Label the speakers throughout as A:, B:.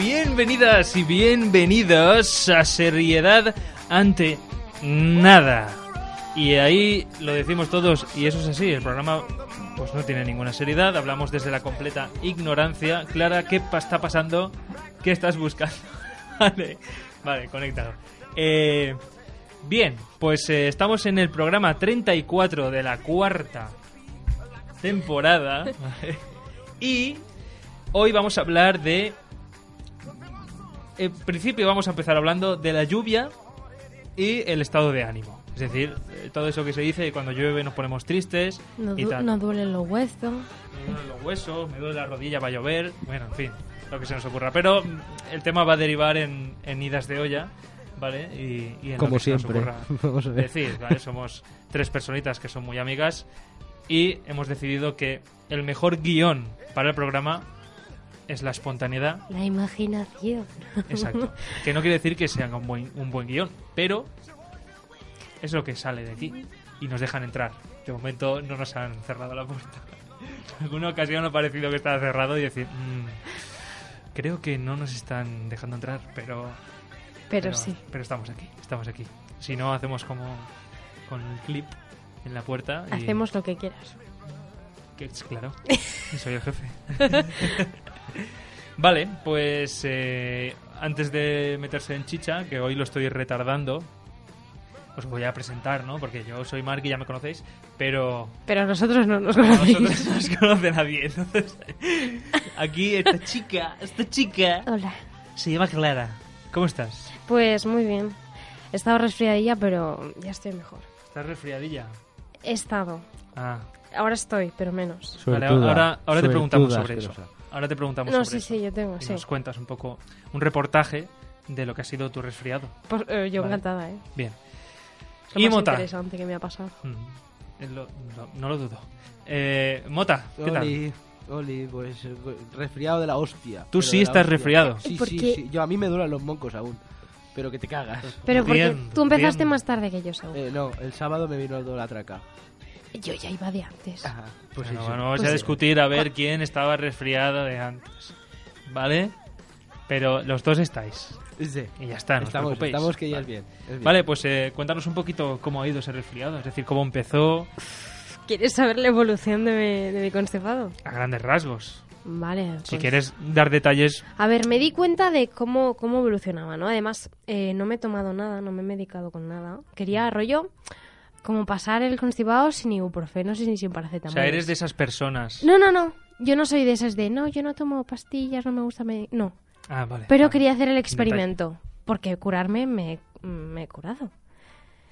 A: Bienvenidas y bienvenidos a Seriedad ante Nada. Y ahí lo decimos todos, y eso es así, el programa pues no tiene ninguna seriedad, hablamos desde la completa ignorancia. Clara, ¿qué pa- está pasando? ¿Qué estás buscando? vale, vale, conéctalo. Eh, bien, pues eh, estamos en el programa 34 de la cuarta temporada. y hoy vamos a hablar de... En principio vamos a empezar hablando de la lluvia y el estado de ánimo. Es decir, eh, todo eso que se dice, cuando llueve nos ponemos tristes
B: Nos,
A: y
B: du-
A: tal.
B: nos duelen los huesos.
A: Me duelen los huesos, me duele la rodilla, va a llover, bueno, en fin, lo que se nos ocurra. Pero mm, el tema va a derivar en, en idas de olla, ¿vale? Y, y en lo
C: Como
A: que se nos
C: siempre.
A: ocurra
C: Vamos a ver.
A: decir, ¿vale? Somos tres personitas que son muy amigas y hemos decidido que el mejor guión para el programa es la espontaneidad.
B: La imaginación.
A: Exacto. Que no quiere decir que sea un buen, un buen guión, pero es lo que sale de aquí y nos dejan entrar. De momento no nos han cerrado la puerta. En alguna ocasión ha parecido que estaba cerrado y decir, "Mm, creo que no nos están dejando entrar, pero,
B: Pero sí.
A: pero estamos aquí, estamos aquí. Si no, hacemos como con el clip en la puerta. Y
B: Hacemos lo que quieras.
A: que es claro. Y Soy el jefe. vale, pues eh, antes de meterse en chicha, que hoy lo estoy retardando, os voy a presentar, ¿no? Porque yo soy Mark y ya me conocéis, pero
B: Pero nosotros no nos
A: a
B: conocéis.
A: vosotros no os conoce nadie. Entonces, aquí esta chica, esta chica
B: Hola.
A: se llama Clara. ¿Cómo estás?
B: Pues muy bien. He estado resfriadilla, pero ya estoy mejor.
A: ¿Estás resfriadilla?
B: He estado.
A: Ah,
B: Ahora estoy, pero menos.
A: vale,
C: Suertuda,
A: ahora, ahora te
C: suertuda
A: preguntamos sobre eso.
C: asquerosa.
A: Ahora te preguntamos
B: No,
A: sobre
B: sí,
A: eso.
B: sí, yo tengo,
A: y
B: sí.
A: nos cuentas un poco un reportaje de lo que ha sido tu resfriado.
B: Por- eh, yo
A: Vale.
B: encantada, ¿eh?
A: Bien.
B: Es lo
A: Y
B: más
A: Mota.
B: interesante que me ha pasado.
A: Mm, eh, lo- lo- no lo dudo. Eh, Mota, ¿qué tal?
C: Oli, Oli, pues eh, resfriado de la hostia.
A: Tú
C: pero
A: sí
C: de la
A: estás
C: hostia.
A: resfriado.
C: Sí,
B: ¿Por
C: sí,
B: qué?
C: sí. Yo a mí me duran los moncos aún. Pero que te cagas.
B: Pero porque
A: Bien,
B: tú empezaste
A: bien.
B: más tarde que yo, seguro.
C: Eh, no, el sábado me vino la traca.
B: Yo ya iba de antes.
C: Ajá, pues
A: Bueno,
C: eso.
A: bueno, vamos
B: Pues
A: a
B: sí.
A: discutir a ver quién estaba resfriado de antes. ¿Vale? Pero los dos estáis.
C: Sí.
A: Y ya está, no os
C: Estamos,
A: preocupéis.
C: estamos que ya
A: vale.
C: es bien. es bien.
A: Vale, pues eh, cuéntanos un poquito cómo ha ido ese resfriado, es decir, cómo empezó
B: ¿Quieres saber la evolución de mi, de mi constipado?
A: a grandes rasgos.
B: Vale.
A: Si
B: pues-
A: quieres dar detalles,
B: A ver, me di cuenta de cómo, cómo evolucionaba, ¿no? Además, eh, no me he tomado nada, no me he medicado con nada. Quería, rollo, como pasar el constipado sin ibuprofeno, sin, sin
A: o
B: paracetamol.
A: sea, eres de esas personas.
B: No, no, no. Yo no soy de esas de, no, yo no tomo pastillas, no me gusta... medi-". No,
A: Ah, vale.
B: pero
A: vale.
B: quería hacer el experimento, porque curarme me, me he curado.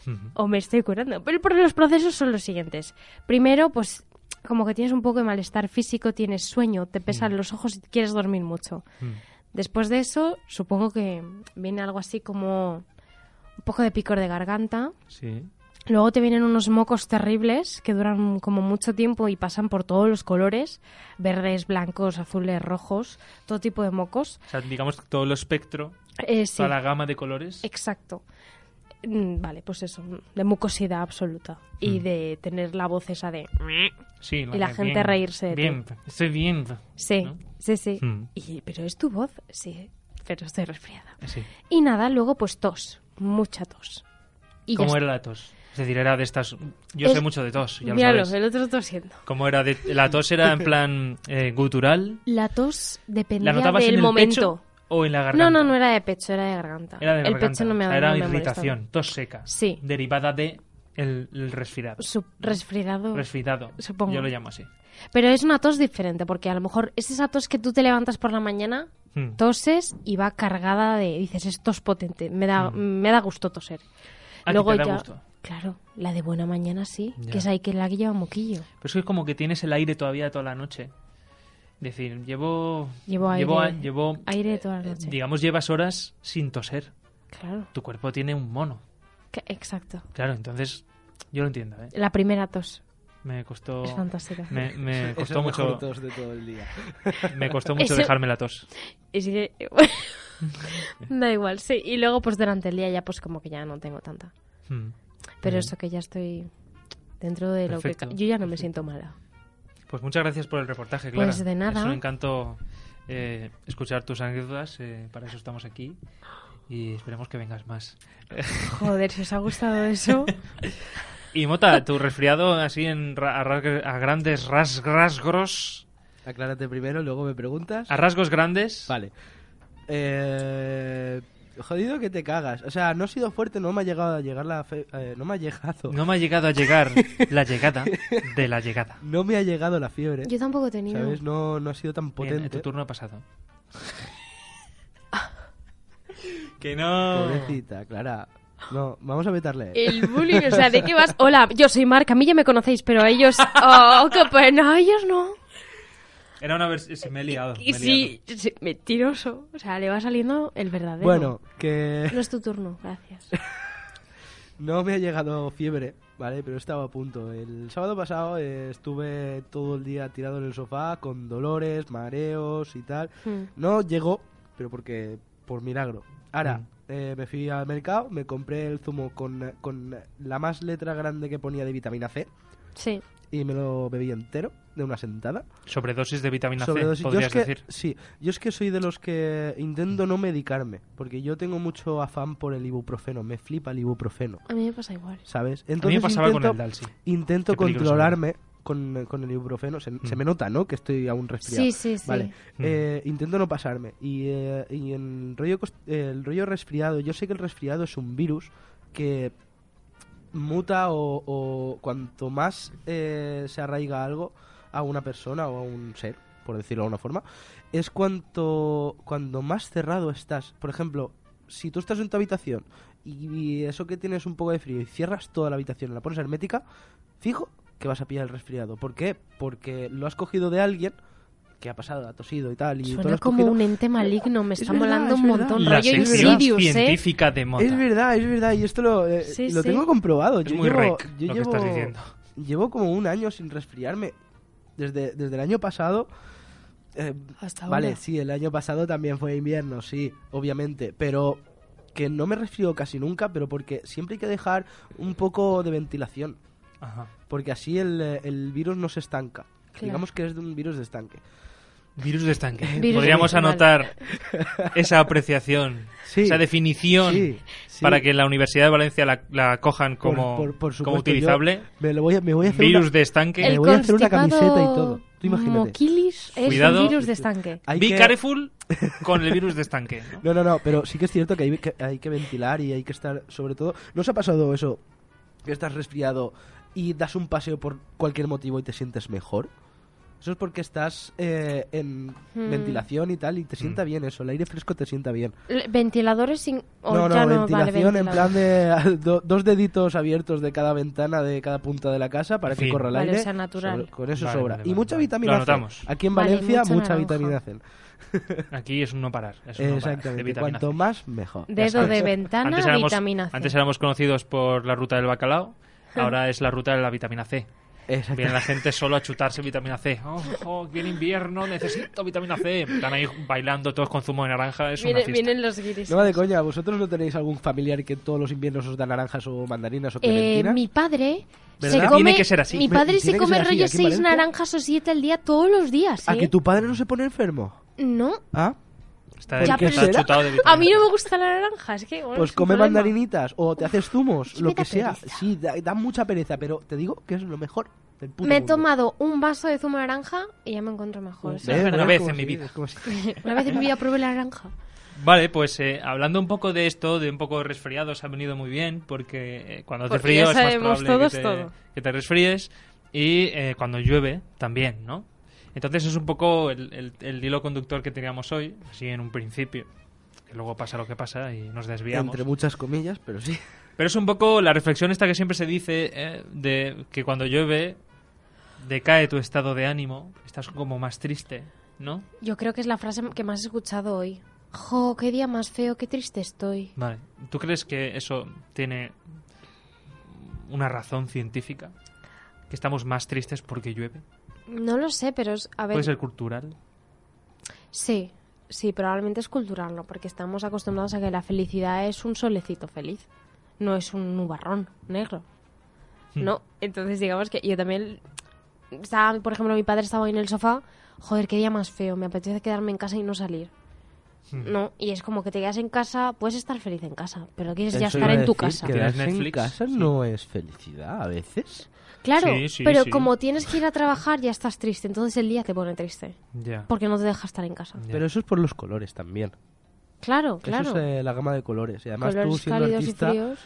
A: Ujú.
B: O me estoy curando. Pero por- los procesos son los siguientes. Primero, pues como que tienes un poco de malestar físico, tienes sueño, te pesan los ojos y quieres dormir mucho.
A: Mm.
B: Después de eso, supongo que viene algo así como un poco de picor de garganta.
A: Sí.
B: Luego te vienen unos mocos terribles que duran como mucho tiempo y pasan por todos los colores, verdes, blancos, azules, rojos, todo tipo de mocos.
A: O sea, digamos que todo el espectro,
B: Eh, sí,
A: toda la gama de colores.
B: exacto. Mm, Vale, pues eso, de mucosidad absoluta y
A: Mm.
B: de tener la voz esa de...
A: Sí,
B: Y la
A: de-
B: gente
A: bien,
B: reírse de ti.
A: Bien, estoy bien.
B: Sí,
A: ¿No?
B: sí, sí.
A: Mm.
B: Y, pero es tu voz, sí, pero estoy resfriada.
A: Sí.
B: Y nada, luego pues tos, mucha tos. Y ya
A: ¿Cómo
B: está.
A: era la tos? Es decir, era de estas... Yo
B: Es-
A: sé mucho de tos, ya lo
B: Míralo,
A: sabes.
B: el otro está tosiendo.
A: ¿Cómo era? De... La tos era en plan eh, gutural.
B: La tos
A: ¿La
B: dependía
A: notabas
B: del
A: en el
B: momento.
A: pecho o en la garganta?
B: no, no, no era de pecho, era de garganta.
A: Era de
B: el
A: garganta.
B: pecho no me
A: O sea,
B: ha
A: Era
B: no me ha
A: irritación, tos seca.
B: Sí.
A: Derivada de el, el resfriado.
B: molestado. Su- resfriado.
A: Resfriado.
B: Supongo.
A: Yo lo llamo así.
B: Pero es una tos diferente, porque a lo mejor es esa tos que tú te levantas por la mañana,
A: Mm.
B: toses y va cargada de. Dices, es tos potente. Me da, me da gusto toser.
A: ¿A ti
B: Luego
A: Mm. Ah, te da
B: ya.
A: gusto?
B: Claro, la de buena mañana sí,
A: Ya.
B: que es ahí que la que lleva moquillo.
A: Pero es que es como que tienes el aire todavía toda la noche. Es decir, llevo...
B: Llevo aire-
A: Llevo, a- llevo-
B: aire toda la
A: eh,
B: noche.
A: Digamos, llevas horas sin toser.
B: Claro,
A: Tu cuerpo tiene un mono.
B: que- exacto.
A: Claro, entonces yo lo entiendo, ¿eh?
B: La primera tos
A: Me costó...
B: es fantástica.
A: Me, me
C: Es
A: pues, costó
C: el mejor
A: mucho,
C: tos de todo el día.
A: me costó mucho
B: Eso-
A: dejarme la tos.
B: Y sí que- da igual, sí. Y luego, pues durante el día ya, pues como que ya no tengo tanta.
A: Hmm.
B: Pero
A: Bien.
B: eso que ya estoy dentro de
A: Perfecto,
B: lo que... ca- Yo ya no me siento mala.
A: Pues muchas gracias por el reportaje, Clara.
B: Pues de nada.
A: Es un encanto eh, escuchar tus anécdotas. eh, para eso estamos aquí. Y esperemos que vengas más.
B: Joder, si os ha gustado eso.
A: Y Mota, tu resfriado así en ra- a, ra- a grandes ras- rasgos.
C: Aclárate primero, luego me preguntas.
A: A rasgos grandes.
C: Vale. Eh, jodido que te cagas. O sea, no ha sido fuerte, no me ha llegado a llegar la fe- eh, no me ha llegado.
A: No me ha llegado a llegar la llegada de la llegada.
C: No me ha llegado la fiebre.
B: Yo tampoco he tenido.
C: ¿Sabes? No, no ha sido tan
A: Bien,
C: potente.
A: tu turno ha pasado. que no.
C: Pobrecita, Clara. No, vamos a vetarle.
B: El bullying, o sea, ¿de qué vas? Hola, yo soy Marc, a mí ya me conocéis, pero a ellos. ¡Oh, qué pena! A ellos no.
A: Era una versión. me he liado.
B: Y
A: me he
B: sí, sí, mentiroso. O sea, le va saliendo el verdadero.
C: Bueno, que
B: No es tu turno, gracias.
C: no me ha llegado fiebre, ¿vale? Pero estaba a punto. El sábado pasado eh, estuve todo el día tirado en el sofá con dolores, mareos y tal.
B: Mm.
C: No llegó, pero porque por milagro. Ahora,
A: Mm.
C: eh, me fui al mercado, me compré el zumo con, con la más letra grande que ponía de vitamina C
B: Sí.
C: y me lo bebí entero de una sentada.
A: liado. Sobredosis de vitamina
C: Sobredosis.
A: C,
C: Yo
A: podrías
C: es que,
A: decir.
C: Sí, yo es que soy de los que intento no medicarme, porque yo tengo mucho afán por el ibuprofeno, me flipa el ibuprofeno,
B: A mí me pasa igual.
C: ¿sabes?
A: a mí me
C: Entonces
A: pasaba
C: intento,
A: con el Dalsy.
C: intento
A: Qué peligroso,
C: controlarme con, con el ibuprofeno, se, se me nota, ¿no? Que estoy aún resfriado.
B: Sí, sí, sí.
C: Vale.
A: Mm.
C: Eh, intento no pasarme. Y, eh, y en rollo, cos- eh, el rollo resfriado, yo sé que el resfriado es un virus que muta o, o cuanto más eh, se arraiga algo a una persona o a un ser, por decirlo de alguna forma, es cuanto, cuando más cerrado estás. Por ejemplo, si tú estás en tu habitación y, y eso que tienes un poco de frío y cierras toda la habitación y la pones hermética, fijo que vas a pillar el resfriado. ¿Por qué? Porque lo has cogido de alguien que ha pasado, ha tosido y tal. Y tú lo
B: Suena
C: has
B: como
C: cogido.
B: un ente maligno, me
C: Es
B: está
C: verdad,
B: molando
C: es
B: un
C: verdad.
B: montón.
A: La
B: Rollo
A: sección
B: Insidious, ¿eh?
A: científica de Mota.
C: Es verdad, es verdad, y esto lo, eh,
B: Sí,
C: lo
B: sí.
C: tengo comprobado.
A: Es
C: yo
A: muy
C: llevo,
A: rec
C: yo
A: lo que
C: llevo,
A: estás diciendo.
C: llevo como un año sin resfriarme. Desde, desde el año pasado. eh,
B: Hasta ahora.
C: vale, sí, el año pasado también fue invierno, sí, obviamente, pero que no me resfrío casi nunca, pero porque siempre hay que dejar un poco de ventilación,
A: Ajá.
C: porque así el, eh, el virus no se estanca.
B: Claro.
C: Digamos que es un virus de estanque.
A: Virus de estanque.
B: Virus
A: Podríamos
B: original.
A: anotar esa apreciación,
C: Sí.
A: esa definición,
C: Sí, sí.
A: para que en la Universidad de Valencia la, la cojan
C: Por-
A: como,
C: por- por
A: como
C: supuesto, yo
A: utilizable.
C: Me, lo voy a, me voy a hacer
A: Virus
C: una-
A: de estanque.
C: El- voy a hacer una camiseta y todo. Tú imagínate.
B: Moquilis es
A: Cuidado.
B: un virus de estanque.
C: hay
A: Be
C: que-
A: careful con el virus de estanque. ¿no?
C: No, no, no, pero sí que es cierto que hay que, hay que ventilar y hay que estar, sobre todo, ¿no os ha pasado eso? Que estás resfriado y das un paseo por cualquier motivo y te sientes mejor. Eso es porque estás eh, en
B: Hmm.
C: ventilación y tal y
A: Hmm.
C: te sienta bien eso, el aire fresco te sienta bien.
B: L- Ventiladores sin. o
C: no, no,
B: ya no, vale,
C: ventilación en
B: ventilador.
C: plan de do- dos deditos abiertos de cada ventana, de cada punta de la casa para
A: Fin.
C: que corra el
B: Vale,
C: aire.
B: o sea, natural.
C: Sobre- con eso
A: Vale,
C: sobra.
A: vale,
C: y
A: vale,
C: mucha
A: vale.
C: vitamina
A: Lo
C: C.
A: anotamos.
C: Aquí en
B: Vale,
C: Valencia
B: mucha
C: mucha
B: naranja.
C: vitamina C.
A: Aquí es un no parar. Es un no parar de
C: Exactamente,
A: vitamina
C: cuanto
A: C.
C: más mejor.
B: Dedo de ventana,
A: Antes éramos,
B: vitamina C. Ah.
A: antes éramos conocidos por la ruta del bacalao, ahora es la ruta de la vitamina C.
C: Exactamente.
A: Viene la gente solo a chutarse vitamina C. Oh, oh, que en invierno necesito vitamina C. Están ahí bailando todos con zumo de naranja. Es una
B: Viene-
A: fiesta.
B: vienen los guiris.
C: No va de coña, ¿vosotros no tenéis algún familiar que todos los inviernos os da naranjas o mandarinas o
B: Eh,
C: clementinas?
B: mi padre
C: ¿Verdad?
B: se
C: Tiene
B: come
A: que ser así.
B: mi
C: Me-
B: padre
C: tiene
B: se
C: que
B: come
C: ser así,
B: rollo
C: aquí en
B: seis
C: Valencia.
B: naranjas o siete al día todos los días
C: ¿A
B: ¿eh?
C: que tu padre no se pone enfermo?
B: no
C: ¿Ah?
A: Está,
C: Ya,
A: está
C: pero será-
A: chutado de vitamina
B: a mí
A: C.
B: no me gusta la naranja es que bueno, es
C: Pues
B: un
C: come
B: problema.
C: mandarinitas o te haces zumos,
B: sí
C: lo
B: me da
C: que sea.
B: pereza.
C: Sí, da, da mucha pereza, pero te digo que es lo mejor del puto
B: me he
C: mundo.
B: tomado un vaso de zumo de naranja y ya me encuentro mejor o sea,
A: Ve,
C: ¿Ves?
A: una
C: ¿Ves?
A: vez
C: Como
A: en mi
C: si-
A: vida.
C: es como si-
B: una vez en mi vida probé la naranja
A: Vale, pues eh, hablando un poco de esto, de un poco de resfriados, ha venido muy bien porque eh, cuando hace
B: Porque
A: frío
B: ya
A: es más
B: sabemos
A: probable que
B: todos
A: te,
B: todo.
A: que te resfríes y eh, cuando llueve también, ¿no? Entonces es un poco el, el- el hilo conductor que teníamos hoy, así en un principio, que luego pasa lo que pasa y nos desviamos.
C: Entre muchas comillas, pero sí.
A: Pero es un poco la reflexión esta que siempre se dice eh, de que cuando llueve decae tu estado de ánimo, estás como más triste, ¿no?
B: yo creo que es la frase que más he escuchado hoy jo qué día más feo qué triste estoy
A: Vale. ¿Tú crees que eso tiene una razón científica? ¿Que estamos más tristes porque llueve?
B: no lo sé pero es, a ver
A: ¿Puede ser cultural?
B: sí sí probablemente es cultural no porque estamos acostumbrados a que la felicidad es un solecito feliz no es un nubarrón negro No, entonces digamos que yo también estaba, por ejemplo, mi padre estaba hoy en el sofá joder, qué día más feo, me apetece quedarme en casa y no salir. No, y es como que te quedas en casa, puedes estar feliz en casa, pero quieres ya
C: Eso
B: estar
C: iba a
B: en tu
C: decir,
B: casa.
A: que-
C: Quedarse
A: ¿Tienes
C: en
A: Netflix?
C: casa no es felicidad a veces.
B: Claro,
A: Sí, sí,
B: pero
A: sí.
B: como tienes que ir a trabajar ya estás triste, entonces el día te pone triste,
A: Ya.
B: porque no te deja estar en casa.
A: Ya.
C: Pero eso es por los colores también.
B: Claro, claro.
C: Eso es eh, la gama de colores. Y además
B: Colores
C: tú siendo
B: cálidos y
C: artista...
B: fríos,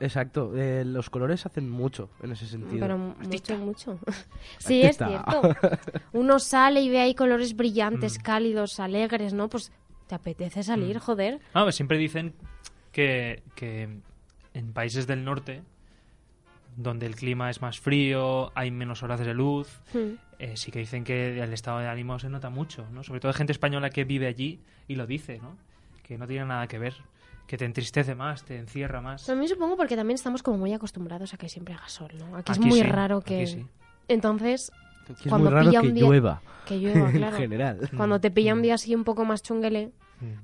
C: Exacto, eh, los colores hacen mucho en ese sentido.
B: pero mucho, mucho. sí, es
C: Artista.
B: cierto. Uno sale y ve ahí colores
A: Mm.
B: brillantes, cálidos, alegres, ¿no? Pues te apetece salir, joder.
A: Ah, pues siempre dicen que, que en países del norte, donde el clima es más frío, hay menos horas de luz,
B: Hmm.
A: eh, sí que dicen que el estado de ánimo se nota mucho, ¿no? Sobre todo hay gente española que vive allí y lo dice, ¿no? Que no tiene nada que ver, que te entristece más, te encierra más.
B: También supongo porque también estamos como muy acostumbrados a que siempre haga sol, ¿no? Aquí,
A: Aquí
B: es muy
A: sí,
B: raro
A: aquí
B: que...
A: sí.
B: Entonces,
C: Que es
B: cuando
C: muy raro
B: pilla
C: que
B: un día-
C: llueva,
B: que llueva,
C: en
B: claro.
C: general.
B: Cuando te pilla un día así un poco más chunguele,
A: Mm.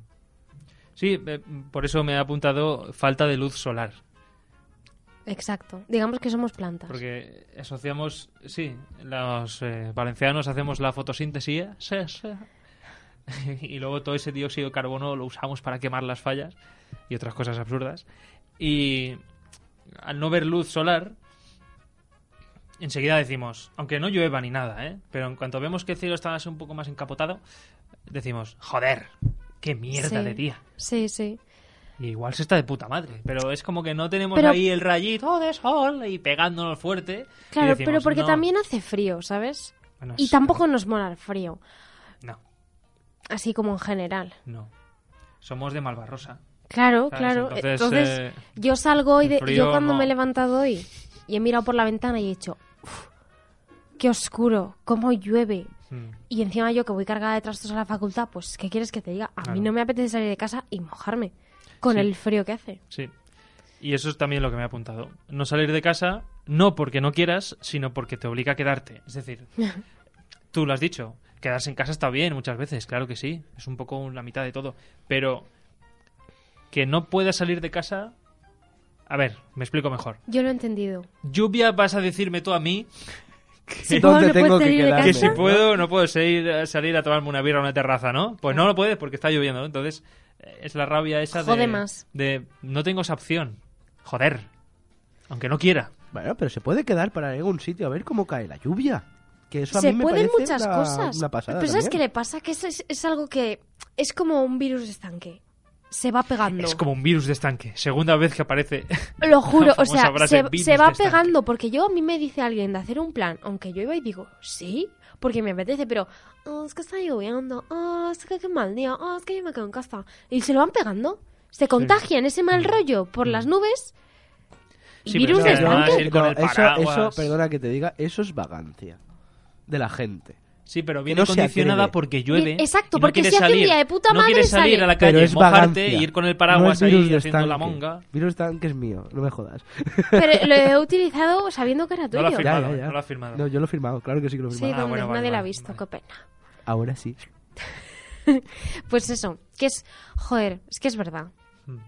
A: Sí, eh, por eso me ha apuntado falta de luz solar,
B: exacto. Digamos que somos plantas.
A: porque asociamos, sí, los eh, valencianos hacemos la fotosíntesis sí, sí. y luego todo ese dióxido de carbono lo usamos para quemar las fallas y otras cosas absurdas. Y al no ver luz solar, enseguida decimos, aunque no llueva ni nada, ¿eh? pero en cuanto vemos que el cielo está así un poco más encapotado, decimos, joder, qué mierda
B: Sí.
A: de día.
B: Sí, sí.
A: Y igual se está de puta madre, pero es como que no tenemos
B: Pero-
A: ahí el rayito de sol y pegándonos fuerte. y
B: Claro,
A: decimos,
B: pero porque
A: "No".
B: también hace frío, ¿sabes?
A: Bueno,
B: Y
A: es-
B: tampoco nos mola el frío,
A: No,
B: así como en general.
A: no. Somos de Malvarrosa.
B: Claro,
A: ¿sabes?
B: claro.
A: Entonces,
B: Entonces,
A: eh,
B: yo salgo hoy,
A: el
B: de,
A: frío
B: yo cuando
A: no.
B: me he levantado hoy y he mirado por la ventana y he dicho, "Uf, qué oscuro, cómo llueve.
A: mm,
B: Y encima yo que voy cargada de trastos a la facultad, pues, ¿qué quieres que te diga? A
A: Claro.
B: mí no me apetece salir de casa y mojarme con
A: Sí.
B: el frío que hace.
A: Sí. Y eso es también lo que me ha apuntado. No salir de casa, no porque no quieras, sino porque te obliga a quedarte. Es decir, tú lo has dicho, quedarse en casa está bien muchas veces, claro que sí. Es un poco la mitad de todo. Pero que no puedas salir de casa... A ver, me explico mejor.
B: Yo lo he entendido.
A: Lluvia, vas a decirme tú a mí
B: Si
C: ¿Dónde
B: puedo, no puedes
C: tengo que
B: salir de
A: que
C: quedarme?
B: casa.
A: si puedo, no puedo salir, salir a tomarme una birra a una terraza, ¿no? Pues no lo puedes porque está lloviendo. ¿no? Entonces, eh, es la rabia esa de,
B: Jode más.
A: de no tengo esa opción. Joder. Aunque no quiera.
C: Bueno, pero se puede quedar para algún sitio a ver cómo cae la lluvia. Que eso a
B: se
C: mí me
B: pueden
C: parece
B: muchas
C: una-
B: cosas.
C: una pasada
B: pero ¿sabes qué
C: también.
B: le pasa? Que eso es, es algo que es como un virus estanque. Se va pegando.
A: Es como un virus de estanque. Segunda vez que aparece.
B: Lo juro, o
A: famosa
B: sea,
A: frase,
B: se,
A: virus
B: se va
A: de estanque.
B: pegando. Porque yo a mí me dice alguien de hacer un plan, aunque yo iba y digo, sí, porque me apetece, pero "Ah, es que está lloviendo, ah, es que qué mal día, ah, es que yo me quedo en casa. Y se lo van pegando. Se contagian ese mal rollo por las nubes. y
A: Mm. Sí, pero es
B: virus
A: que
B: de
A: además
B: estanque.
A: el- ir con
C: eso, eso,
A: paraguas.
C: perdona que te diga, eso es vagancia de la gente.
A: Sí, pero viene
C: no se
A: condicionada
C: atreve.
A: porque llueve.
B: Exacto,
A: y no
B: porque
A: quieres
B: si hace un
A: salir.
B: día de puta
A: No
B: madre,
A: quieres salir
B: sale.
A: a la
C: Pero
A: calle,
C: es
A: mojarte,
C: vagancia.
A: ir con el
C: No
A: paraguas
C: es virus
A: ahí
C: de
A: haciendo la
C: estanque.
A: monga.
C: Virus tanque es mío, no me jodas.
B: Pero lo he utilizado sabiendo que era
A: No
B: tuyo.
A: lo ha firmado, no lo ha firmado.
C: No, yo lo he firmado, claro que sí que lo he
B: Sí,
C: firmado.
A: Ah,
B: donde
A: bueno, vale,
B: nadie la ha
A: vale,
B: visto,
A: vale.
B: qué pena.
C: Ahora sí.
B: Pues eso, que es, joder, es que es verdad.
A: Mm.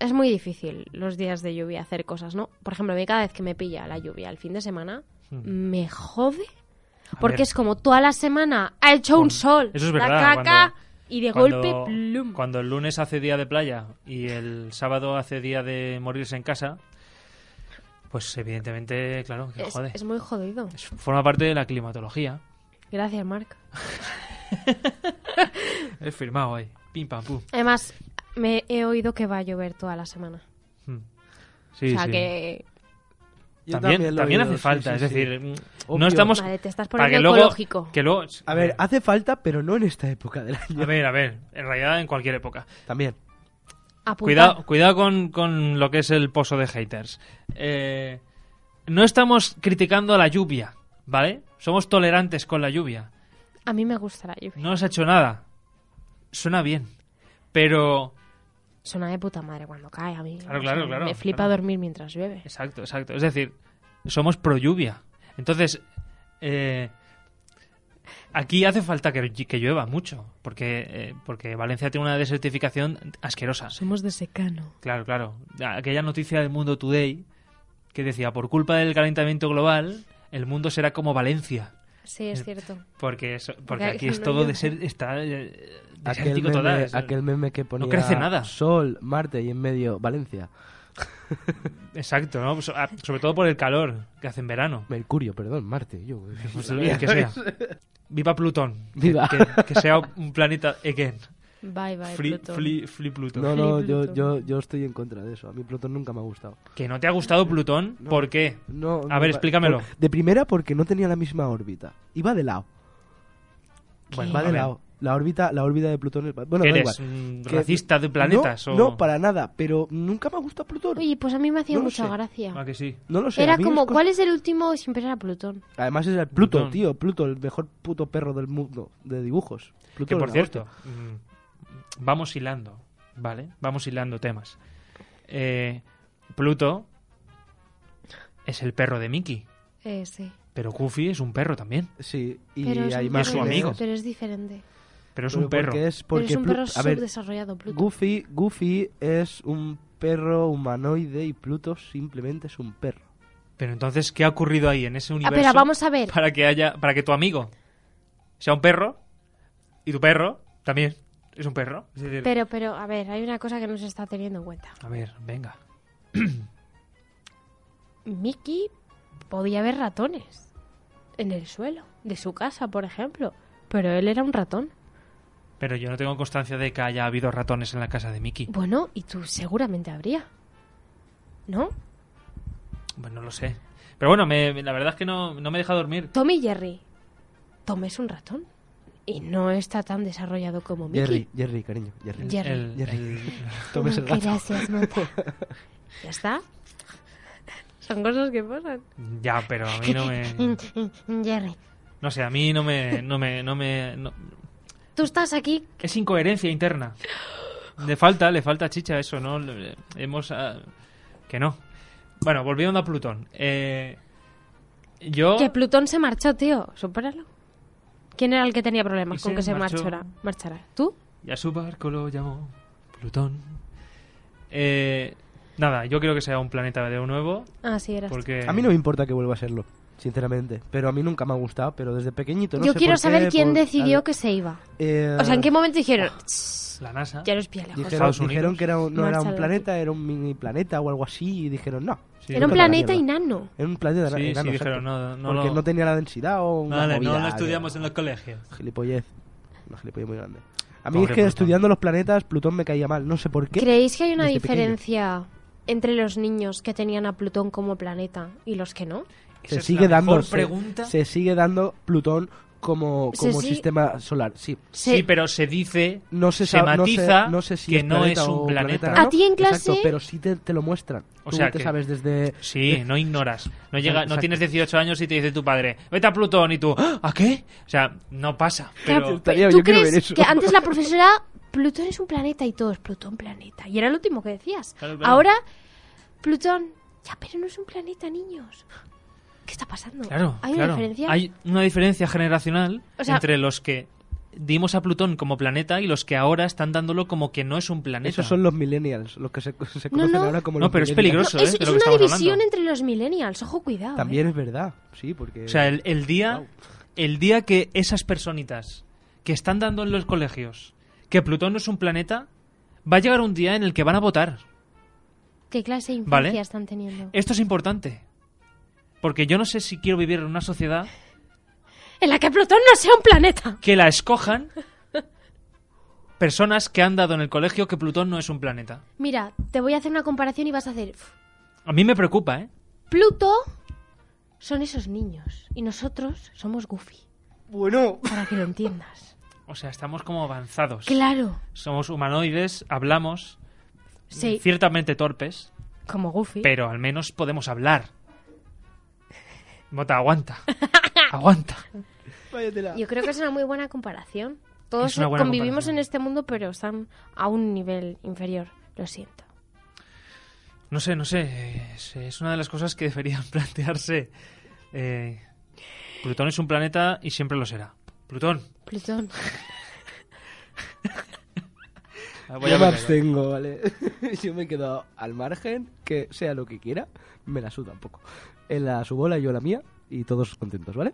B: Es muy difícil los días de lluvia hacer cosas, ¿no? Por ejemplo, a mí cada vez que me pilla la lluvia el fin de semana, me jode.
A: Hmm. A
B: Porque
A: ver.
B: es como toda la semana ha hecho un
A: Con-
B: sol,
A: eso es
B: la
A: verdad,
B: caca,
A: cuando-
B: y de golpe, plum.
A: cuando el lunes hace día de playa y el sábado hace día de morirse en casa, pues evidentemente, claro, que
B: Es,
A: jode.
B: es muy jodido.
A: Es- Forma parte de la climatología.
B: Gracias, Marc.
A: Es firmado ahí. Pim pam pum.
B: Además, me he oído que va a llover toda la semana.
A: Mm. Sí,
B: o sea
A: sí.
B: que,
A: También, también hace falta, es decir, mm, no
C: Obvio.
A: estamos.
B: vale, te estás
A: para que
B: poniendo
A: luego-
B: ecológico.
A: que luego-
C: A ver, hace falta, pero no en esta época del
A: eh, a
C: año.
A: ver, a ver, en realidad en cualquier época.
C: También.
B: Apuntad.
A: Cuidado, cuidado con, con lo que es el pozo de haters. Eh, no estamos criticando a la lluvia, ¿vale? Somos tolerantes con la lluvia.
B: A mí me gusta la lluvia.
A: No nos ha hecho nada. Suena bien. Pero.
B: Suena de puta madre cuando cae a mí.
A: Claro, claro, claro,
B: Me flipa
A: claro.
B: dormir mientras llueve.
A: Exacto, exacto. Es decir, somos pro lluvia. Entonces, eh, aquí hace falta que, que llueva mucho. Porque, eh, porque Valencia tiene una desertificación asquerosa.
B: Somos de secano.
A: Claro, claro. Aquella noticia del Mundo Today que decía, por culpa del calentamiento global, el mundo será como Valencia.
B: Sí,
C: Eh,
B: es cierto.
A: Porque, eso- porque
B: Porque
A: aquí
B: hay-
A: es
B: no
A: todo
B: hay-
A: de ser, está eh,
C: Aquel
A: desértico
C: meme,
A: total. Es-
C: aquel meme que ponía
A: crece nada.
C: Sol, Marte y en medio Valencia.
A: Exacto, ¿no? So- ah, sobre todo por el calor que hace en verano.
C: Mercurio, perdón, Marte. Yo,
A: Pues el que sea. Viva Plutón.
C: Viva.
A: Que, que sea un planeta again.
B: Bye, bye,
A: Free,
B: Plutón.
A: free- free Plutón.
C: No, no,
B: Flip
C: yo,
B: Plutón.
C: yo, yo estoy en contra de eso. A mí Plutón nunca me ha gustado.
A: ¿Que no te ha gustado Plutón? ¿Por qué? A
C: No, no,
A: ver,
C: pa-
A: explícamelo.
C: por- de primera porque no tenía la misma órbita. Iba de lado.
A: Bueno,
C: va
A: a
C: de
A: ver,
C: lado. La órbita, la órbita de Plutón es... Bueno,
A: ¿que
C: da
A: eres
C: igual.
A: un
C: Que-
A: racista de planetas?
C: no,
A: o...
C: no, para nada. Pero nunca me ha gustado Plutón.
B: Oye, pues a mí me hacía
C: No lo
B: mucha
C: sé.
B: gracia.
A: Ah, que sí.
C: No lo sé. a
B: Era
C: mí
B: como,
C: es cosa-
B: ¿cuál es el último? Siempre era Plutón.
C: Además es el Pluto,
A: Plutón.
C: tío. Pluto, el mejor puto perro del mundo de dibujos. Pluto
A: Que
C: es
A: por
C: la
A: cierto,
C: hostia.
A: mm, vamos hilando, ¿vale? Vamos hilando temas. Eh, Pluto es el perro de Mickey,
B: Eh, sí.
A: pero Goofy es un perro también.
C: Sí, y
B: Pero es,
C: hay
B: un
C: más
A: su
B: perro-
C: memes.
A: amigo.
B: Pero es diferente.
A: Pero es
C: Pero
A: un perro.
C: Porque es,
B: Pero
C: porque
B: es un
C: Plu-
B: perro
C: a ver,
B: subdesarrollado, Plutón.
C: Goofy, Goofy es un perro humanoide y Pluto simplemente es un perro.
A: Pero entonces, ¿qué ha ocurrido ahí en ese
B: Ah,
A: universo?
B: pero vamos a ver.
A: Para que haya, para que tu amigo sea un perro y tu perro también es un perro. Es decir,
B: Pero, pero, a ver, hay una cosa que no se está teniendo en cuenta.
A: a ver, venga.
B: Mickey podía ver ratones en el suelo de su casa, por ejemplo. Pero él era un ratón.
A: Pero yo no tengo constancia de que haya habido ratones en la casa de Mickey.
B: Bueno, y tú seguramente habría. ¿No?
A: Bueno, Pues no lo sé. Pero bueno, me- la verdad es que no, no me deja dormir.
B: Tom y Jerry. Tom es un ratón. Y no está tan desarrollado como Mickey.
C: Jerry, Jerry, cariño, Jerry.
B: Jerry.
A: El-
C: Jerry.
A: el-
C: Tomes el
B: Mm,
C: gato.
B: Gracias, Mota. ¿Ya está? Son cosas que pasan.
A: ya, pero a mí no me...
B: Jerry,
A: No sé, a mí no me... No me, no me no-
B: tú estás aquí.
A: Es incoherencia interna. Le falta, le falta chicha a eso, ¿no? Le- Hemos... ah, que no. Bueno, volviendo a Plutón. Eh, yo...
B: Que Plutón se marchó, tío. Supéralo. ¿Quién era el que tenía problemas
A: Y
B: con
A: se
B: que se
A: marchó.
B: marchara? marchara? ¿Tú?
A: Y a su barco lo llamó Plutón. Eh, nada, yo creo que sea un planeta de nuevo.
B: Ah, sí, eras. tú.
A: Porque...
C: A mí no me importa que vuelva a serlo, sinceramente. Pero a mí nunca me ha gustado, pero desde pequeñito no
B: Yo
C: sé
B: quiero
C: por qué,
B: saber quién
C: por-
B: decidió
C: al-
B: que se iba.
C: eh,
B: O sea, ¿en qué momento dijeron? "Tss,
A: La NASA.
B: Ya los pilla lejos.
C: Dijeron,
A: Estados Unidos.
C: dijeron que era un- no era
B: Marcha
C: un
B: de
C: planeta, era un mini planeta o algo así, y dijeron no.
A: Sí,
B: Era un
A: Plutón.
B: planeta
C: mierda.
B: enano.
C: Era un planeta
A: Sí,
C: enano,
A: sí,
C: exacto.
A: dijeron, no, no
C: Porque
A: lo-
C: no tenía la densidad o una
A: Vale, no
C: movida
A: lo
C: que-
A: estudiamos en los colegios.
C: Gilipollez. Una gilipollez muy grande. A mí
A: Pobre
C: es que
A: Plutón.
C: estudiando los planetas, Plutón me caía mal. No sé por qué.
B: ¿Creéis que hay una
C: Desde pequeño.
B: diferencia entre los niños que tenían a Plutón como planeta y los que no?
A: Esa
C: se
A: es
C: sigue
A: la
C: dando
A: mejor
C: se-
A: pregunta.
C: Se, sigue dando Plutón como,
B: Se
C: como
B: sigue-
C: sistema solar sí
A: Sí,
B: Se-
A: pero se dice,
C: no se,
A: se
C: sabe- no sé-
A: matiza
C: no sé si
A: que
C: es
A: no
C: planeta
A: es
C: o
A: un planeta.
B: ¿A ti en
C: Exacto,
B: clase?
C: pero sí te, te lo muestran
A: O
C: Tú
A: sea
C: te
A: que-
C: sabes desde
A: Sí, no ignoras. No llega, no
C: Exacto.
A: tienes 18 años y te dice tu padre, vete a Plutón y tú, "¿Ah, ¿a qué? O sea, no pasa. Pero
C: Estaría-
B: ¿Tú
C: yo quiero
B: crees
C: ver eso.
B: que antes la profesora Plutón es un planeta y todos Plutón planeta? Y era el último que decías.
A: Claro, claro.
B: Ahora Plutón, ya, pero no es un planeta, niños. ¿Qué está pasando?
A: claro,
B: ¿Hay
A: claro.
B: una diferencia?
A: Hay una diferencia generacional
B: O sea-
A: entre los que dimos a Plutón como planeta y los que ahora están dándolo como que no es un planeta.
C: esos son los millennials los que se, se conocen
B: no.
C: ahora como
A: No,
C: los
A: pero es
B: No,
C: millennials.
A: peligroso,
B: es
A: ¿eh? de lo
B: es
A: que
B: una
A: estamos
B: división
A: hablando.
B: entre los millennials, ojo cuidado. ¿eh?
C: también es verdad sí porque
A: O sea, el, el día, el día que esas personitas que están dando en los colegios que Plutón no es un planeta, va a llegar un día en el que van a votar.
B: ¿Qué clase de
A: Vale.
B: infancia están teniendo?
A: Esto es importante. Porque yo no sé si quiero vivir en una sociedad
B: En la que Plutón no sea un planeta.
A: que la escojan personas que han dado en el colegio que Plutón no es un planeta.
B: Mira, te voy a hacer una comparación y vas a hacer... "Uf,
A: A mí me preocupa, ¿eh?
B: Pluto son esos niños y nosotros somos Goofy,
C: bueno
B: para que lo entiendas.
A: O sea, estamos como avanzados.
B: Claro,
A: Somos humanoides, hablamos,
B: sí,
A: ciertamente torpes,
B: como Goofy.
A: pero al menos podemos hablar. Mota, aguanta. Aguanta.
C: váyatela.
B: Yo creo que es una muy buena comparación. Todos
A: Es una buena
B: convivimos
A: comparación.
B: en este mundo, pero están a un nivel inferior. Lo siento.
A: No sé, no sé. Es, es una de las cosas que deberían plantearse. Eh, Plutón es un planeta y siempre lo será. Plutón.
B: Plutón.
A: Ah, Voy a
C: yo me
A: beber.
C: abstengo vale yo me quedo al margen que sea lo que quiera me la suda un poco él a su bola y yo a la mía y todos contentos, ¿vale?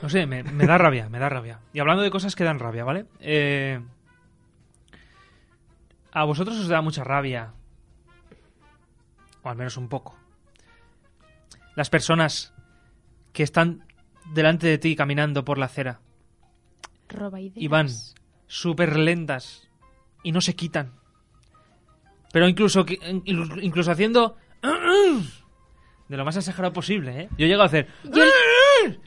A: No sé, me, me da rabia, me da rabia. Y hablando de cosas que dan rabia, ¿vale? Eh, a vosotros os da mucha rabia, o al menos un poco, las personas que están delante de ti caminando por la acera
B: Roba ideas.
A: y van súper lentas y no se quitan. Pero incluso, que- inclu- incluso haciendo... De lo más exagerado posible, ¿eh? Yo llego a hacer...
D: Yo-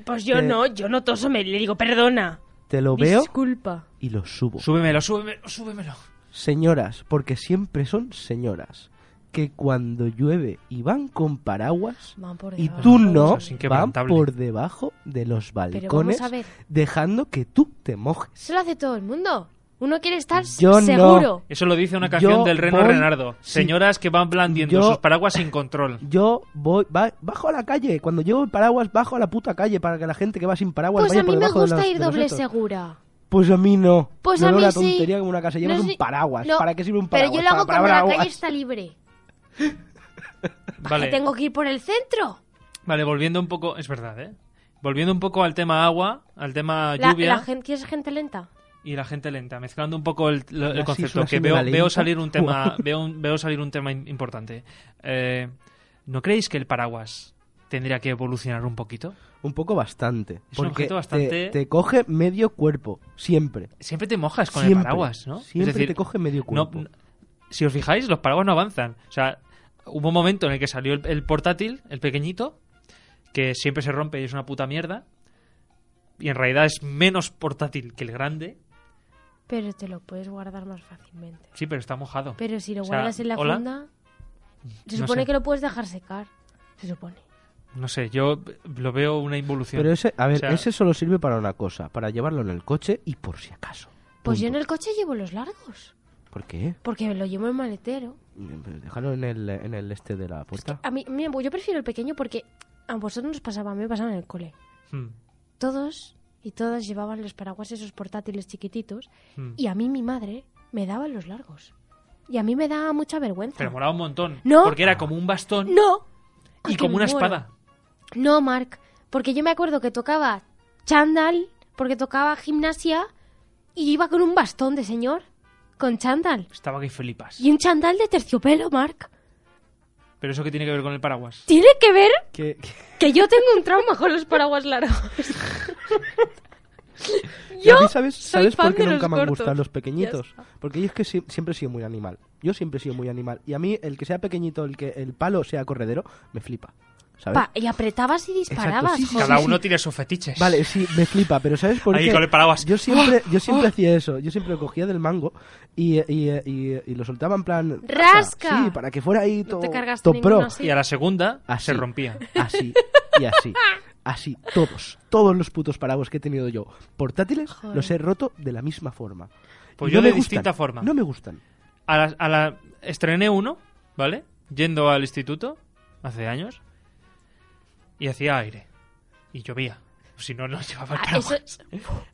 D: pues yo
C: Eh.
D: no, yo no toso, me le digo, perdona.
C: Te lo veo
B: Disculpa.
C: y lo subo.
A: Súbemelo, súbemelo, súbemelo.
C: Señoras, porque siempre son señoras, que cuando llueve y van con paraguas
B: Van por
C: y
B: debajo.
C: tú no,
A: Eso es
C: van
A: inquebrantable.
C: por debajo de los
B: Pero
C: balcones
B: vamos a ver.
C: dejando que tú te mojes.
B: Eso lo hace todo el mundo. Uno quiere estar
C: Yo no.
B: seguro.
A: Eso lo dice una canción
C: Yo
A: del Reno
C: voy-
A: Renardo.
C: sí.
A: Señoras que van blandiendo
C: Yo-
A: sus paraguas sin control.
C: Yo voy, ba- bajo a la calle. Cuando llevo el paraguas, bajo a la puta calle para que la gente que va sin paraguas
B: Pues
C: vaya
B: a
C: por
B: mí me
C: debajo de
B: gusta
C: los-
B: ir
C: de los
B: doble
C: otros.
B: segura.
C: Pues a mí no.
B: Pues
C: Me
B: a
C: da
B: mí
C: una
B: sí.
C: tontería como una casa. Llevas
B: No
C: un
B: sé-
C: paraguas.
B: no,
C: ¿Para qué sirve un
B: Pero
C: paraguas?
B: yo lo hago
C: Para
B: cuando la
C: paraguas.
B: calle está libre.
A: Vale,
B: Que tengo que ir por el centro.
A: vale, volviendo un poco, es verdad, ¿eh? Volviendo un poco al tema agua, al tema
B: La,
A: lluvia
B: la gente, ¿Quieres gente lenta?
A: y la gente lenta, mezclando un poco el, lo- el
C: Ahora sí
A: concepto
C: suena
A: que
C: siendo
A: veo,
C: la
A: veo
C: lenta.
A: salir un tema,
C: Guau.
A: veo, un- veo salir un tema im- importante. Eh, ¿No creéis que el paraguas tendría que evolucionar un poquito?
C: Un poco bastante.
A: Es un
C: porque
A: objeto bastante-
C: te, te coge medio cuerpo. Siempre.
A: Siempre te mojas con
C: Siempre.
A: el paraguas, ¿no?
C: Siempre
A: es decir,
C: te coge medio
A: no- no-
C: cuerpo.
A: si os fijáis, los paraguas no avanzan. O sea, hubo un momento en el que salió el, el portátil, el pequeñito, que siempre se rompe y es una puta mierda. Y en realidad es menos portátil que el grande.
B: Pero te lo puedes guardar más fácilmente.
A: Sí, pero está mojado.
B: Pero si lo
A: O sea,
B: guardas en la
A: ¿hola?
B: funda, se
A: No
B: supone
A: sé.
B: que lo puedes dejar secar. Se supone.
A: No sé, yo lo veo una involución.
C: Pero ese, a ver,
A: O sea-
C: ese solo sirve para una cosa. Para llevarlo en el coche y por si acaso.
B: Pues yo en
C: Punto.
B: el coche llevo los largos.
C: ¿Por qué?
B: Porque lo llevo en maletero.
C: Déjalo en el, en el este de la puerta.
B: A mí, mira, yo prefiero el pequeño porque a vosotros nos pasaba, a mí me pasaba en el cole.
A: Hmm,
B: Todos y todas llevaban los paraguas esos portátiles chiquititos
A: hmm.
B: y a mí mi madre me daba los largos. Y a mí me daba mucha vergüenza.
A: Pero molaba un montón.
B: No.
A: Porque era como un bastón
B: No. Ay,
A: y
B: que
A: como
B: me
A: una
B: muero.
A: espada.
B: No, Mark, porque yo me acuerdo que tocaba chándal, porque tocaba gimnasia y iba con un bastón de señor, con chándal.
A: Estaba que flipas.
B: Y un chándal de terciopelo, Mark.
A: Pero eso que tiene que ver con el paraguas.
B: Tiene que ver
C: Que- que-
B: que yo tengo un trauma con los paraguas largos.
C: Y a
B: yo
C: mí, ¿sabes,
B: soy
C: ¿sabes
B: fan
C: por qué
B: de
C: nunca
B: los
C: me han
B: cortos?
C: gustado los
B: Ya
C: pequeñitos? Porque yo es que sie- siempre he sido muy animal. Yo siempre he sido muy animal. Y a mí, el que sea pequeñito, el que el palo sea corredero, me flipa. ¿Sabes?
B: Pa- y apretabas y disparabas.
C: sí, sí,
B: joder.
A: Cada uno tiene sus fetiches.
C: Vale, sí, me flipa, pero ¿sabes por
A: Ahí
C: qué?
A: con el paraguas.
C: Yo siempre, yo siempre hacía eso. Yo siempre lo cogía del mango y, y, y- y lo soltaba en plan.
B: ¡Rasca!
C: Sí, para que fuera ahí
B: No
C: todo.
B: te cargas
C: todo
B: tú
C: pro.
B: ninguno así.
A: Y a la segunda
C: Así.
A: se rompía.
C: Así y así. Así, todos, todos los putos paraguas que he tenido yo portátiles
B: Joder.
C: los he roto de la misma forma.
A: Pues
C: Y
A: yo
C: me
A: de
C: gustan,
A: distinta forma.
C: No me gustan.
A: a la, a la- estrené uno, ¿vale? Yendo al instituto hace años y hacía aire y llovía. Si no, no llevaba el
B: Ah, eso-
A: paraguas.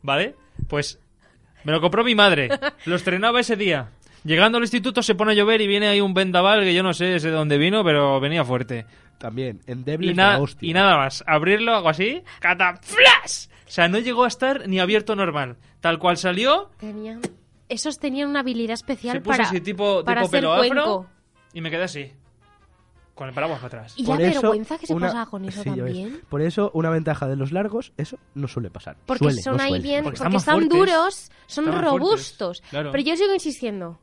A: ¿Vale? Pues me lo compró mi madre. Lo estrenaba ese día. Llegando al instituto se pone a llover y viene ahí un vendaval que yo no sé de dónde vino, pero venía fuerte.
C: También,
A: Y,
C: endebles
A: na-
C: de la hostia.
A: y nada más. Abrirlo, hago así. ¡Cataflash! O sea, no llegó a estar ni abierto normal. Tal cual salió,
B: Tenían- esos tenían una habilidad especial
A: se puso
B: para,
A: así tipo,
B: para
A: tipo
B: ser
A: pelo afro
B: cuenco.
A: y me quedé así. Con el paraguas para atrás.
B: Y la vergüenza que se pasaba con eso
C: Sí, ya ves.
B: también.
C: Por eso, una ventaja de los largos, eso no suele pasar.
B: Porque
C: Suele,
B: son
C: no
B: ahí
C: suele.
B: bien,
A: Porque
B: porque,
A: están más
B: están
A: fuertes.
B: duros, son
A: Están más fuertes,
B: robustos.
A: claro.
B: Pero yo sigo insistiendo.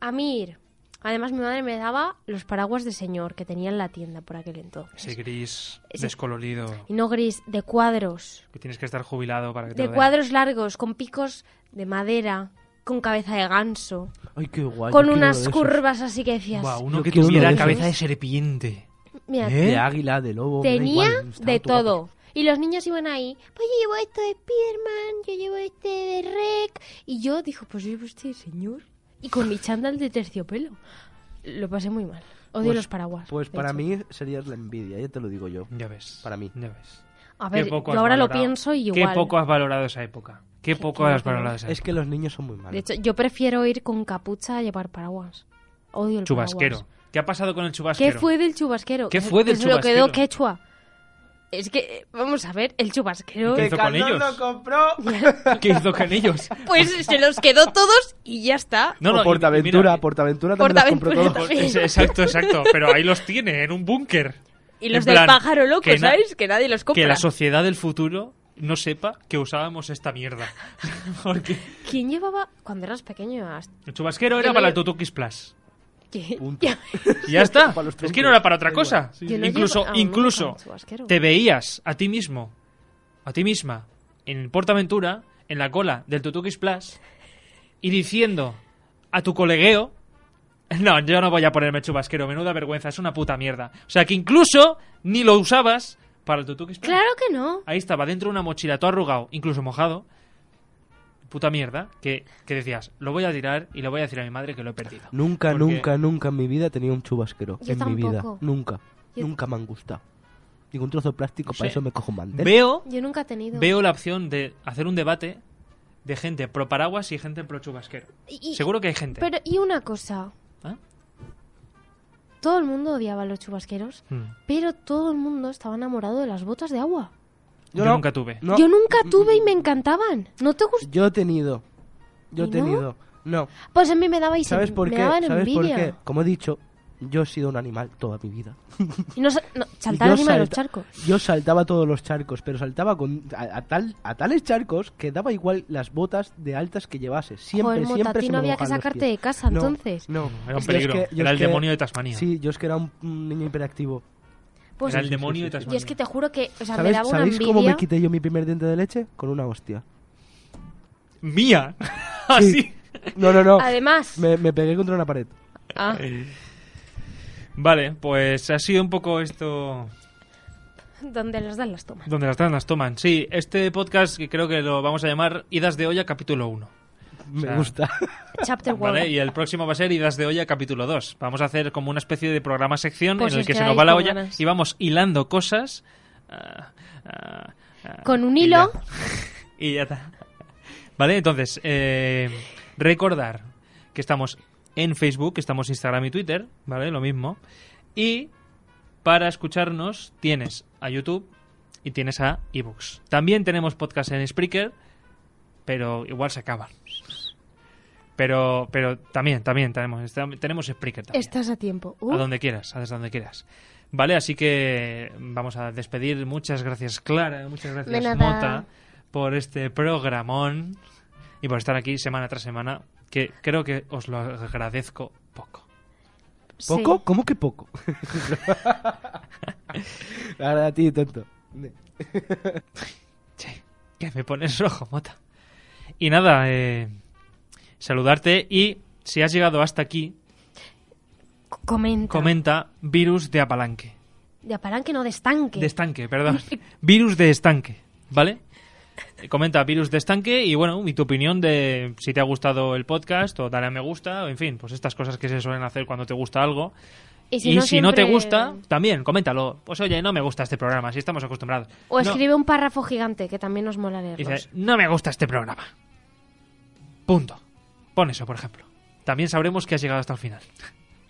B: A mí ir. Además, mi madre me daba los paraguas de señor que tenía en la tienda por aquel entonces.
A: Ese gris
B: Sí.
A: descolorido
B: Y no gris, de cuadros.
A: que tienes que estar jubilado para que te
B: De
A: lo den.
B: cuadros largos, con picos de madera, con cabeza de ganso,
C: Ay, qué guay. yo
B: con
C: quiero uno
B: unas
C: de esos.
B: curvas así que decías.
A: Buah, uno
C: Yo
A: que
C: quiero uno
A: tuviera
C: de esos.
A: cabeza de serpiente.
B: Mira,
A: ¿Eh?
C: De águila, de lobo. me da
B: tenía
C: igual, estaba
B: de
C: todo guapo.
B: todo. Y los niños iban ahí, pues yo llevo esto de Spiderman, yo llevo este de Rec. Y yo dijo, pues yo llevo este de señor. Y con mi chándal de terciopelo. Lo pasé muy mal. Odio
C: Pues-
B: los paraguas.
C: Pues
B: de
C: para
B: hecho.
C: mí serías la envidia, ya te lo digo yo.
A: Ya ves.
C: Para mí.
A: Ya ves.
B: A
A: Qué
B: ver,
A: poco
B: yo
A: has
B: ahora lo
A: valorado.
B: pienso y
A: Qué
B: igual.
A: poco has valorado esa época. Qué
B: Qué-
A: poco
B: qué
A: has
B: poco.
A: valorado esa
C: Es
A: época.
C: que los niños son muy malos.
B: De hecho, yo prefiero ir con capucha a llevar paraguas. Odio el
A: Chubasquero.
B: paraguas.
A: ¿Qué ha pasado con el chubasquero?
B: ¿Qué fue del chubasquero?
A: ¿Qué fue del
B: Se lo quedó
A: chubasquero?
B: quechua. Es que, eh, vamos a ver, el chubasquero.
A: ¿Qué
C: Que
A: hizo con
C: Candón
A: ellos?
C: lo compró.
A: ¿Qué hizo con ellos?
B: Pues se los quedó todos y ya está.
A: No,
C: O
A: no, y- y
C: Portaventura,
A: mira-
C: Portaventura también los compró
B: Portaventura
C: todos.
B: también.
A: Es- exacto, exacto. Pero ahí los tiene, en un búnker.
B: Y
A: En
B: los del
A: plan,
B: pájaro loco,
A: que na-
B: ¿sabes? Que nadie los compra.
A: Que la sociedad del futuro no sepa que usábamos esta mierda. Porque
B: ¿Quién llevaba, cuando eras pequeño, hasta-
A: el chubasquero
B: Yo
A: era
B: no
A: para
B: lle-
A: el Totokis Plus.
B: que-
C: Punto.
B: ya-
A: Y ya está.
C: Para
A: Es
C: los
A: que
C: troncos.
A: no era para otra
C: Da
A: cosa.
C: igual, sí,
B: yo no
A: incluso,
B: llevo- ah,
A: incluso
B: no, chubasquero.
A: te veías a ti mismo, a ti misma, en Portaventura, en la cola del Tutukis Plus, y diciendo a tu colegueo, no, yo no voy a ponerme chubasquero, menuda vergüenza, es una puta mierda. O sea que incluso ni lo usabas para el Tutukis Plus.
B: Claro que no.
A: Ahí estaba, dentro de una mochila, todo arrugado, incluso mojado. Puta mierda, que, que decías, lo voy a tirar y le voy a decir a mi madre que lo he perdido.
C: Nunca,
A: Porque-
C: nunca, nunca en mi vida he tenido un chubasquero.
B: Yo
C: en mi vida.
B: tampoco.
C: Nunca.
B: Yo-
C: Nunca me han gustado. Digo, un trozo de plástico,
A: No
C: para
A: sé.
C: eso me cojo un mantel.
A: Veo
B: Yo nunca he tenido.
A: veo la opción de hacer un debate de gente pro paraguas y gente pro chubasquero.
B: Y- y-
A: Seguro que hay gente.
B: Pero, y una cosa.
A: ¿Ah?
B: Todo el mundo odiaba a los chubasqueros,
C: Hmm.
A: Mm.
B: pero todo el mundo estaba enamorado de las botas de agua.
A: Yo
C: no-
A: nunca tuve.
C: no, Mm,
B: Yo nunca tuve y me encantaban. ¿No te gustó?
C: Yo he tenido. Yo he
B: ¿No?
C: tenido. No.
B: Pues a mí me dabais
C: ¿Sabes por
B: me
C: qué?
B: daban
C: ¿Sabes por
B: envidia.
C: qué? Como he dicho, yo he sido un animal toda mi vida.
B: Y no, sa- no, saltar
C: Yo
B: encima de los
C: salta-
B: charcos.
C: Yo saltaba todos los charcos, pero saltaba con, a, a tal, a tales charcos que daba igual las botas de altas que llevase. Siempre,
B: Joder,
C: siempre
B: Mota, a ti
C: se
B: no
C: me
B: había que
C: mojaban los
B: sacarte
C: pies.
B: de casa,
C: No,
B: entonces.
C: No,
A: Era un
C: Yo es
A: peligro.
C: que- yo
A: Era
C: es
A: el
C: que-
A: demonio de Tasmania.
C: Sí, yo es que era un, un niño hiperactivo.
B: Pues
A: Era el
C: sí, sí,
A: demonio
C: sí,
A: de
C: sí, sí.
A: Tasmania.
B: yo es que te juro que, o sea, me
C: ¿Sabéis,
B: daba una
C: ¿sabéis
B: envidia.
C: cómo me quité yo mi primer diente de leche? Con una hostia.
A: Mía. Así.
C: No, no, no.
B: Además,
C: Me, me pegué contra una pared.
B: Ah,
A: Vale, pues ha sido un poco esto
B: donde las dan las tomas.
A: donde las traen las toman. Sí, este podcast que creo que lo vamos a llamar Idas de olla capítulo 1.
C: Me
A: sea,
C: gusta.
B: Chapter one.
A: Vale, y el próximo va a ser Idas de olla capítulo 2. Vamos a hacer como una especie de programa sección
B: Pues
A: en el
B: os
A: que se
B: quedáis
A: nos va la
B: con
A: olla
B: ganas.
A: y vamos hilando cosas. ah, ah, ah,
B: Con un
A: y
B: hilo.
A: ya. Y ya está. Vale, entonces, eh, recordar que estamos en Facebook, estamos Instagram y Twitter, ¿vale? Lo mismo. Y para escucharnos tienes a YouTube y tienes a eBooks. También tenemos podcast en Spreaker, pero igual se acaban. Pero, pero también, también tenemos, está- tenemos Spreaker también.
B: Estás a tiempo. Uh,
A: A donde quieras, a desde donde quieras. Vale, así que vamos a despedir. Muchas gracias, Clara. Muchas
B: De
A: gracias,
B: nada.
A: Mota, por este programón y por estar aquí semana tras semana, que creo que os lo agradezco poco.
B: sí.
C: ¿Poco? ¿Cómo que poco? Ahora a ti, tonto.
A: Che, que me pones rojo, Mota. Y nada, eh, saludarte y si has llegado hasta aquí,
B: C- Comenta.
A: comenta virus de apalanque.
B: De apalanque, no de estanque.
A: De estanque, perdón. virus de estanque, ¿vale? Eh, Comenta virus de estanque y bueno, y tu opinión de si te ha gustado el podcast o dale a me gusta, o en fin, pues estas cosas que se suelen hacer cuando te gusta algo.
B: Y
A: y
B: no,
A: si no te
B: siempre-
A: gusta, también, coméntalo. Pues oye, no me gusta este programa, si estamos acostumbrados. No.
B: O escribe un párrafo gigante, que también nos mola leerlos.
A: Dice, no me gusta este programa. Punto. Pon eso, por ejemplo. También sabremos que has llegado hasta el final.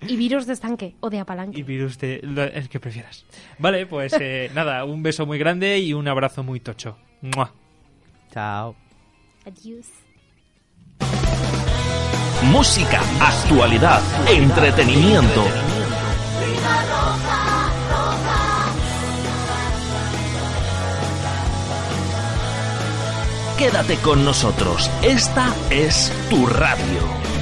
B: Y virus de estanque o de
A: Y
B: apalanque.
A: virus de... lo- el que prefieras. Vale, pues eh, nada, un beso muy grande y un abrazo muy tocho. ¡Mua!
C: Chao.
B: Adiós.
E: Música, actualidad, entretenimiento. Quédate con nosotros, esta es tu radio.